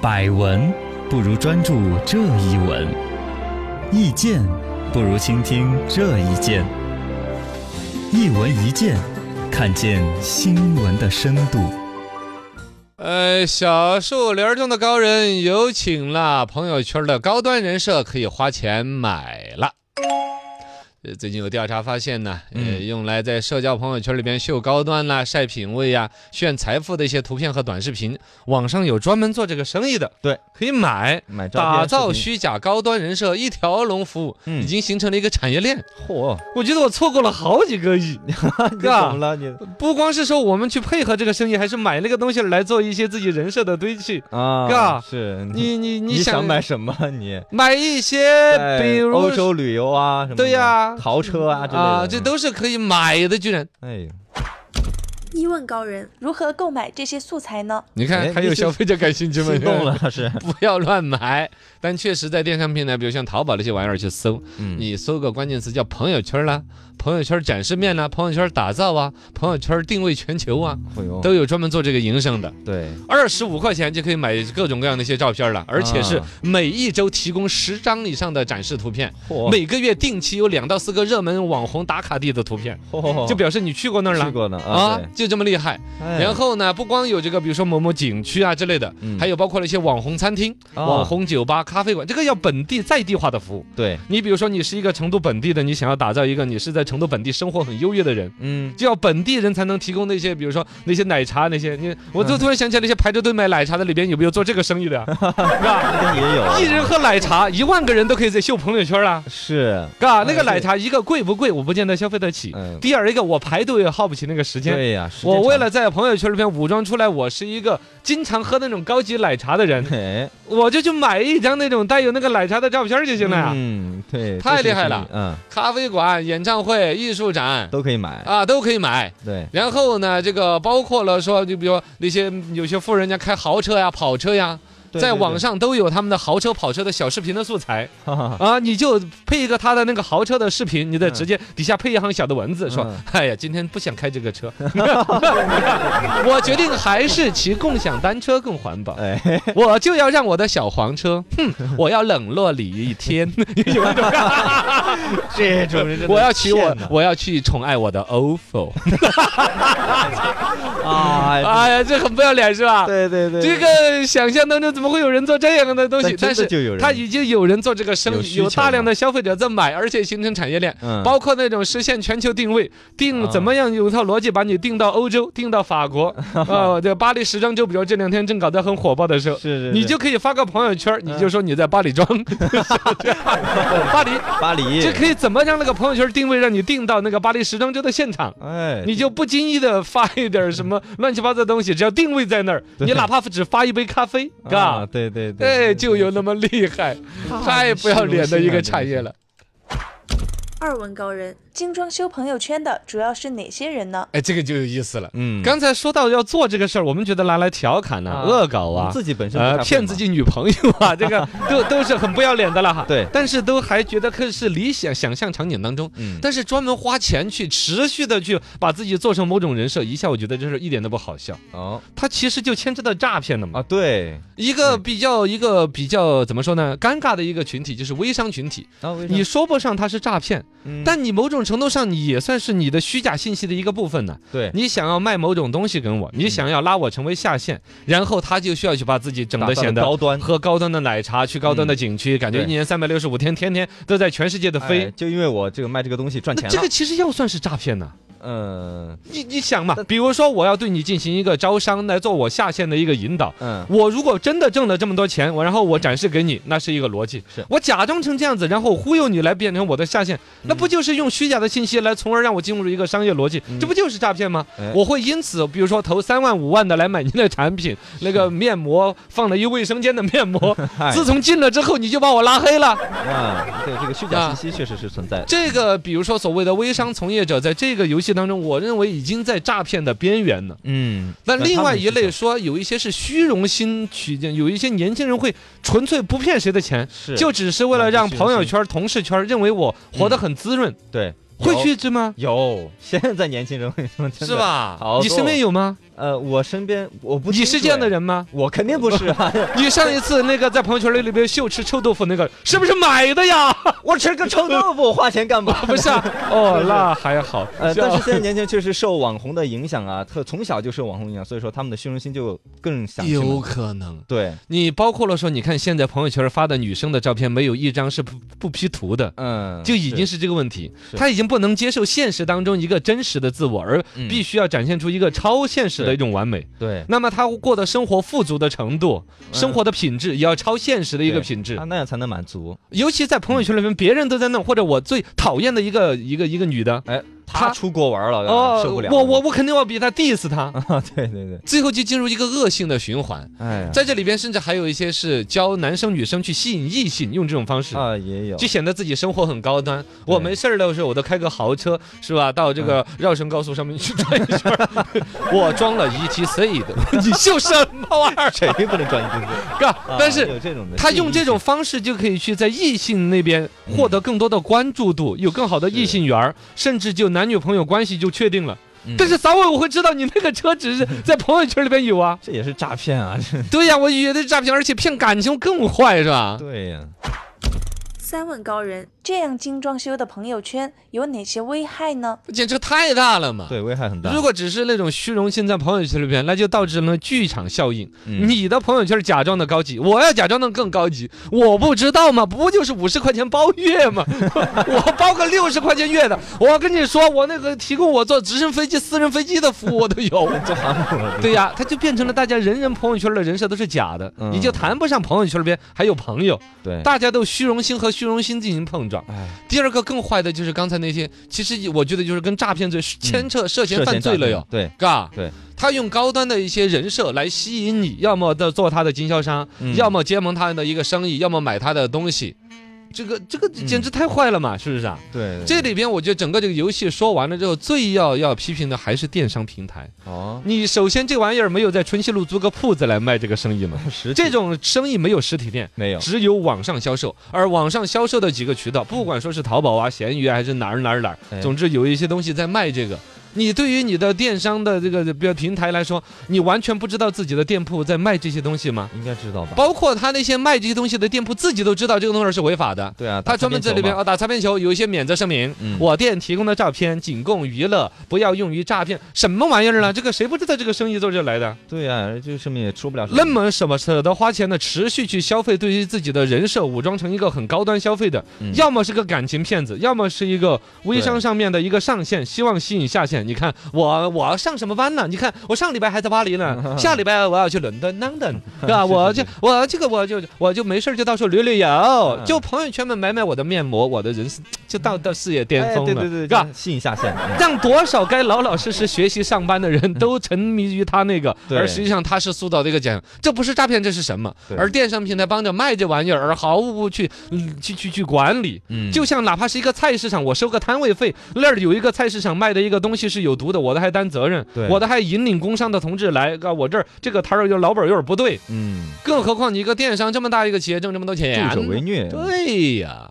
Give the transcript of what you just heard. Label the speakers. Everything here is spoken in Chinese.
Speaker 1: 百闻不如专注这一闻，意见不如倾听这一见。一闻一见，看见新闻的深度。
Speaker 2: 呃，小树林中的高人有请啦！朋友圈的高端人设可以花钱买了。呃最近有调查发现呢，呃，
Speaker 1: 嗯
Speaker 2: 用来在社交朋友圈里边秀高端啦、晒品味呀、炫财富的一些图片和短视频，网上有专门做这个生意的，
Speaker 1: 对，
Speaker 2: 可以买，
Speaker 1: 买照片
Speaker 2: 打造
Speaker 1: 视频
Speaker 2: 虚假高端人设，一条龙服务，
Speaker 1: 嗯
Speaker 2: 已经形成了一个产业链。
Speaker 1: 嚯，
Speaker 2: 我觉得我错过了好几个亿，
Speaker 1: 你
Speaker 2: 哥啊
Speaker 1: 怎么了你
Speaker 2: 不光是说我们去配合这个生意，还是买那个东西来做一些自己人设的堆砌。
Speaker 1: 啊
Speaker 2: 哥啊
Speaker 1: 是
Speaker 2: 你你
Speaker 1: 你想买什么你？
Speaker 2: 买一些，
Speaker 1: 在
Speaker 2: 比如
Speaker 1: 欧洲旅游啊什么的，
Speaker 2: 对呀
Speaker 1: 豪车啊之类的
Speaker 2: 啊，这都是可以买的，居然
Speaker 1: 哎呦，
Speaker 3: 一问高人如何购买这些素材呢？
Speaker 2: 你看
Speaker 1: 哎
Speaker 2: 还有
Speaker 1: 你是
Speaker 2: 消费者感兴趣吗？
Speaker 1: 心动，了是，
Speaker 2: 不要乱买。但确实在电商平台，比如像淘宝这些玩意儿去搜，
Speaker 1: 嗯
Speaker 2: 你搜个关键词叫朋友圈啦、朋友圈展示面啦、朋友圈打造啊、朋友圈定位全球啊，
Speaker 1: 哎呦
Speaker 2: 都有专门做这个营生的，
Speaker 1: 对，
Speaker 2: 二十五块钱就可以买各种各样的一些照片了，而且是
Speaker 1: 啊
Speaker 2: 每一周提供十张以上的展示图片，
Speaker 1: 嚯
Speaker 2: 每个月定期有两到四个热门网红打卡地的图片，
Speaker 1: 嚯
Speaker 2: 就表示你去过那儿了
Speaker 1: 哦
Speaker 2: 哎
Speaker 1: 去。过呢
Speaker 2: 啊
Speaker 1: 啊，，
Speaker 2: 就这么厉害。
Speaker 1: 对
Speaker 2: 然后呢，不光有这个，比如说某某景区啊之类的
Speaker 1: 嗯，
Speaker 2: 还有包括了一些网红餐厅、
Speaker 1: 啊
Speaker 2: 网红酒吧、咖啡馆，这个要本地在地化的服务。
Speaker 1: 对，
Speaker 2: 你比如说，你是一个成都本地的，你想要打造一个你是在成都本地生活很优越的人。
Speaker 1: 嗯，
Speaker 2: 就要本地人才能提供那些，比如说那些奶茶那些，你我就突然想起来那些排着队买奶茶的里边有没有做这个生意 的呀？
Speaker 1: 这个也有啊
Speaker 2: 一人喝奶茶，一万个人都可以在秀朋友圈啊，
Speaker 1: 是，
Speaker 2: 嘎，那
Speaker 1: 哎
Speaker 2: 个奶
Speaker 1: 对
Speaker 2: 茶一个贵不贵，我不见得消费得起。
Speaker 1: 嗯，
Speaker 2: 第二一个，我排队也耗不起那个时间。
Speaker 1: 对呀，时间
Speaker 2: 我为
Speaker 1: 长
Speaker 2: 了在朋友圈里面武装出来，我是一个经常喝那种高级奶茶的人，
Speaker 1: 哎
Speaker 2: 我就去买一张那种带有那个奶茶的照片就行了呀。
Speaker 1: 嗯，对，
Speaker 2: 啊太
Speaker 1: 这是
Speaker 2: 厉害
Speaker 1: 个
Speaker 2: 了
Speaker 1: 生意嗯，
Speaker 2: 咖啡馆、演唱会、艺术展
Speaker 1: 都可以买，
Speaker 2: 啊，都可以买。
Speaker 1: 对，
Speaker 2: 然后呢，这个包括了说，就比如那些有些富人家开豪车呀、跑车呀，
Speaker 1: 对
Speaker 2: 在
Speaker 1: 对
Speaker 2: 网
Speaker 1: 对
Speaker 2: 上都有他们的豪车、跑车的小视频的素材
Speaker 1: 哈哈
Speaker 2: 啊，你就配一个他的那个豪车的视频，你再
Speaker 1: 嗯
Speaker 2: 直接底下配一行小的文字说
Speaker 1: 嗯：“
Speaker 2: 哎呀，今天不想开这 个车， 我决定还是骑共享单车更 环保，
Speaker 1: 哎，
Speaker 2: 我就要让我的小黄车，哼，我要冷落你一天， 有那种感觉。”
Speaker 1: 这种人 真的
Speaker 2: 我要骑
Speaker 1: 欠
Speaker 2: 我
Speaker 1: 呐，
Speaker 2: 我要去宠爱我的 ofo。
Speaker 1: 啊，
Speaker 2: 哎呀，这很不要脸是吧？
Speaker 1: 对对对，
Speaker 2: 这个想象当中怎么会有人做这样的东
Speaker 1: 但真
Speaker 2: 西？
Speaker 1: 的
Speaker 2: 但是
Speaker 1: 就有人
Speaker 2: 他已经有人做这个生
Speaker 1: 有
Speaker 2: 意，
Speaker 1: 需求
Speaker 2: 有大量
Speaker 1: 嘛
Speaker 2: 的消费者在买，而且形成产业链。
Speaker 1: 嗯
Speaker 2: 包括那种实现全球定位，定
Speaker 1: 啊
Speaker 2: 怎么样有一套逻辑把你定到欧洲，定到 法国，呃，这巴黎时装周，比如这两天正搞得很火爆的时候
Speaker 1: 是，是，
Speaker 2: 你
Speaker 1: 是嗯
Speaker 2: 就可以发个朋友圈，你就说你在巴 黎装， 巴黎，
Speaker 1: 巴黎
Speaker 2: 这可以怎么让那个朋友圈定位让你定到那个巴黎时装周的现场？
Speaker 1: 哎，
Speaker 2: 你就不经意的发一点儿什么乱七八糟的东西，只要定位在那儿，
Speaker 1: 对
Speaker 2: 你哪怕只发一杯咖啡，
Speaker 1: 啊，
Speaker 2: 嘎，
Speaker 1: 对对对，
Speaker 2: 哎，就有那么厉 害，太不要脸的一个产 业了。
Speaker 3: 二问高人，精装修朋友圈的主要是哪些人呢？
Speaker 2: 哎，这个就有意思了。
Speaker 1: 嗯，
Speaker 2: 刚才说到要做这个事儿，我们觉得拿来调侃呢、
Speaker 1: 啊
Speaker 2: 恶搞啊，
Speaker 1: 自己本身不太
Speaker 2: 呃，
Speaker 1: 会
Speaker 2: 骗
Speaker 1: 嘛
Speaker 2: 自，己女朋友啊，这 个都都是很不要脸的了哈。
Speaker 1: 对
Speaker 2: 但是都还觉得可是理想想象场景当中。
Speaker 1: 嗯，
Speaker 2: 但是专门花钱去持续的去把自己做成某种人设，一下我觉得这是一点都不好笑，
Speaker 1: 哦
Speaker 2: 它其实就牵扯到诈骗了嘛
Speaker 1: 啊，。对，
Speaker 2: 一个
Speaker 1: 对
Speaker 2: 比较一个比较怎么说呢？尴尬的一个群体就是微商群体，
Speaker 1: 啊为啥
Speaker 2: 你说不上它是诈骗，
Speaker 1: 嗯
Speaker 2: 但你某种程度上你也算是你的虚假信息的一个部分呢。
Speaker 1: 对
Speaker 2: 你想要卖某种东西给我，
Speaker 1: 嗯
Speaker 2: 你想要拉我成为下线，然后他就需要去把自己整
Speaker 1: 打
Speaker 2: 得
Speaker 1: 造
Speaker 2: 显得
Speaker 1: 高端嗯
Speaker 2: 喝高端的奶茶，去高端的景区，感觉一
Speaker 1: 对
Speaker 2: 年三百六十五天，天天都在全世界的
Speaker 1: 哎
Speaker 2: 飞。
Speaker 1: 就因为我这个卖这个东西赚
Speaker 2: 那
Speaker 1: 钱啊
Speaker 2: 这
Speaker 1: 了
Speaker 2: 个，其实要算是诈骗呢、
Speaker 1: 嗯
Speaker 2: 你你想嘛，
Speaker 1: 但
Speaker 2: 比如说我要对你进行一个招商，来做我下线的一个引导，
Speaker 1: 嗯，
Speaker 2: 我如果真的挣了这么多钱，我然后我展示给你，那是一个逻辑。
Speaker 1: 是
Speaker 2: 我假装成这样子，然后忽悠你来变成我的下线，那
Speaker 1: 嗯
Speaker 2: 不就是用虚假的信息来，从而让我进入一个商业逻辑？
Speaker 1: 嗯
Speaker 2: 这不就是诈骗吗？
Speaker 1: 哎
Speaker 2: 我会因此，比如说投三万五万的来买您的产品，那个面膜放了一卫生间的 面膜，
Speaker 1: 嗨
Speaker 2: 自从进了之后你就把我拉黑了。
Speaker 1: 啊，对这个虚假信息确实是存在的，
Speaker 2: 这个比如说所谓的微商从业者，在这个游戏当中，我认为已经在诈骗的边缘了。
Speaker 1: 嗯，
Speaker 2: 那另
Speaker 1: 他
Speaker 2: 外
Speaker 1: 们
Speaker 2: 一
Speaker 1: 是
Speaker 2: 类
Speaker 1: 什
Speaker 2: 说，有一些是虚荣心取见，有一些年轻人会纯粹不骗谁的钱，
Speaker 1: 么是
Speaker 2: 就只是为了让
Speaker 1: 虚荣
Speaker 2: 朋友
Speaker 1: 心
Speaker 2: 圈、同事圈认为我活得很滋润。
Speaker 1: 对
Speaker 2: 会去吃吗？
Speaker 4: 有，现在年轻人会说
Speaker 2: 是？吧
Speaker 4: 好？
Speaker 2: 你身边有吗？
Speaker 4: 真的呃，我身边我不，
Speaker 2: 你是这样
Speaker 1: 哎
Speaker 2: 的，人吗？
Speaker 4: 我肯定不是 啊，
Speaker 2: 你上一次那个在朋友圈里里边秀吃臭豆腐那个，是不是买的呀？
Speaker 4: 我吃个臭豆腐，我花钱干嘛？
Speaker 2: 不是啊，哦，那还好。
Speaker 4: 呃，但是
Speaker 2: 像
Speaker 4: 现在年轻人确实受网红的影响啊，特从小就受网红影响，所以说他们的虚荣心就更想去买
Speaker 2: 有可能，
Speaker 4: 对，
Speaker 2: 你包括了说，你看现在朋友圈发的女生的照片，没有一张是不不 P 图的。
Speaker 4: 嗯，
Speaker 2: 就已经
Speaker 4: 是
Speaker 2: 是这个问题，
Speaker 4: 是
Speaker 2: 他已经不能接受现实当中一个真实的自我，而
Speaker 4: 嗯
Speaker 2: 必须要展现出一个超现实的一种完美。
Speaker 4: 对，
Speaker 2: 那么他过的生活富足的程度，生活的品质也要超现实的一个
Speaker 4: 嗯对啊
Speaker 2: 品质
Speaker 4: 他。那样才能满足。
Speaker 2: 尤其在朋友圈里面，别人都在弄，或者我最讨厌的一个一个一个女的，
Speaker 4: 哎，
Speaker 2: 他
Speaker 4: 他出国玩了，
Speaker 2: 哦
Speaker 4: 啊受不了，
Speaker 2: 我我我肯定要比她 diss 她，
Speaker 4: 啊， 对对对，
Speaker 2: 最后就进入一个恶性的循环。
Speaker 4: 哎呀，
Speaker 2: 在这里边，甚至还有一些是教男生女生去吸引异性，用这种方式。
Speaker 4: 啊也有
Speaker 2: 就，显得自己生活很高端。我没事儿的时候，我都开个豪车，是吧？到这个
Speaker 4: 嗯
Speaker 2: 绕城高速上面去转一圈儿， 我装了 ETC 的，你秀什么玩意儿？
Speaker 4: 谁不能专一对不对？
Speaker 2: 哥， 但
Speaker 4: 啊
Speaker 2: 是
Speaker 4: 有这种的，
Speaker 2: 他用这种方式就可以去在异性那边获
Speaker 4: 嗯
Speaker 2: 得更多的关注度，有更好的异性缘儿，甚至就男女朋友关系就确定了。
Speaker 4: 嗯，
Speaker 2: 但是早晚我会知道你那个车只是在朋友圈里边有啊
Speaker 4: 这也是诈骗啊，这
Speaker 2: 对呀、我以为的诈骗，而且骗感情更坏是吧？
Speaker 4: 对呀，
Speaker 3: 三问高人，这样精装修的朋友圈有哪些危害呢？
Speaker 2: 简直太大了嘛！
Speaker 4: 对危害很大。
Speaker 2: 如果只是那种虚荣心在朋友圈里边，那就导致了剧场效应。
Speaker 4: 嗯
Speaker 2: 你的朋友圈假装的高级，我要假装的更高级，我不知道吗？不就是五十块钱包月吗？ 我包个六十块钱月的，我跟你说，我那个提供我坐直升飞机、私人飞机的服务我都有。
Speaker 4: 哦做航母了，
Speaker 2: 对呀，他就变成了大家人人朋友圈的人设都是假的，
Speaker 4: 嗯
Speaker 2: 你就谈不上朋友圈里边还有朋友，
Speaker 4: 对，
Speaker 2: 大家都虚荣心和虚荣心进行碰撞。
Speaker 4: 哎，
Speaker 2: 第二个更坏的就是刚才那些，其实我觉得就是跟诈骗罪
Speaker 4: 嗯
Speaker 2: 牵扯涉嫌
Speaker 4: 涉
Speaker 2: 犯
Speaker 4: 嫌诈
Speaker 2: 罪了
Speaker 4: 骗
Speaker 2: 哟。
Speaker 4: 对，
Speaker 2: 嘎，
Speaker 4: 对，
Speaker 2: 他用高端的一些人设来吸引你，要么的做他的经销商，
Speaker 4: 嗯
Speaker 2: 要么结盟他的一个生意，要么买他的东西。这个这个简直太坏了嘛，是不是啊？
Speaker 4: 嗯对，对
Speaker 2: 这里边我觉得整个这个游戏说完了之后，最要要批评的还是电商平台。
Speaker 4: 哦，
Speaker 2: 你首先这玩意儿没有在春熙路租个铺子来卖这个生意嘛，
Speaker 4: 实体
Speaker 2: 这种生意没有实体店，
Speaker 4: 没有，
Speaker 2: 只有网上销售，而网上销售的几个渠道，不管说是淘宝啊、闲鱼啊，还是哪儿哪儿哪儿，
Speaker 4: 哎
Speaker 2: 总之有一些东西在卖这个。你对于你的电商的这个比如平台来说，你完全不知道自己的店铺在卖这些东西吗？
Speaker 4: 应该知道吧？
Speaker 2: 包括他那些卖这些东西的店铺自己都知道这个东西是违法的，
Speaker 4: 对啊，
Speaker 2: 他专门在里边
Speaker 4: 啊，
Speaker 2: 啊打擦边球，有一些免责声明。
Speaker 4: 嗯
Speaker 2: 我店提供的照片仅供娱乐，不要用于诈骗。什么玩意儿啊？这个谁不知道这个生意做这来的？
Speaker 4: 对啊，这个上面也出不了什么
Speaker 2: 那么什么舍得花钱的，持续去消费，对于自己的人设武装成一个很高端消费的，
Speaker 4: 嗯
Speaker 2: 要么是个感情骗子，要么是一个微商
Speaker 4: 对
Speaker 2: 上面的一个上线，希望吸引下线。你看我我上什么班呢？你看我上礼拜还在巴黎
Speaker 4: 啊
Speaker 2: 呢，下礼拜我要去伦敦 London，对吧？我就我这个我就我就没事儿就到处旅旅
Speaker 4: 啊
Speaker 2: 游，就朋友圈们买买我的面膜，我的人生就到到事业巅峰
Speaker 4: 哎
Speaker 2: 了，
Speaker 4: 对对对，
Speaker 2: 是吧
Speaker 4: 这样？吸引下线，嗯
Speaker 2: 让多少该老老实实学习上班的人都沉迷于他那个，
Speaker 4: 对
Speaker 2: 而实际上他是塑造的一个假象，这不是诈骗，这是什么？
Speaker 4: 对
Speaker 2: 而电商平台帮着卖这玩意儿，而毫无去嗯去去去管理。
Speaker 4: 嗯
Speaker 2: 就像哪怕是一个菜市场，我收个摊位费，那儿有一个菜市场卖的一个东西是有毒的，我的还担责任
Speaker 4: 对，
Speaker 2: 我的还引领工商的同志来，啊我这儿这个摊儿有老板儿有点不对，
Speaker 4: 嗯，哎
Speaker 2: 更何况你一个电商这么大一个企业挣这么多钱，
Speaker 4: 助手为虐，嗯
Speaker 2: 对呀、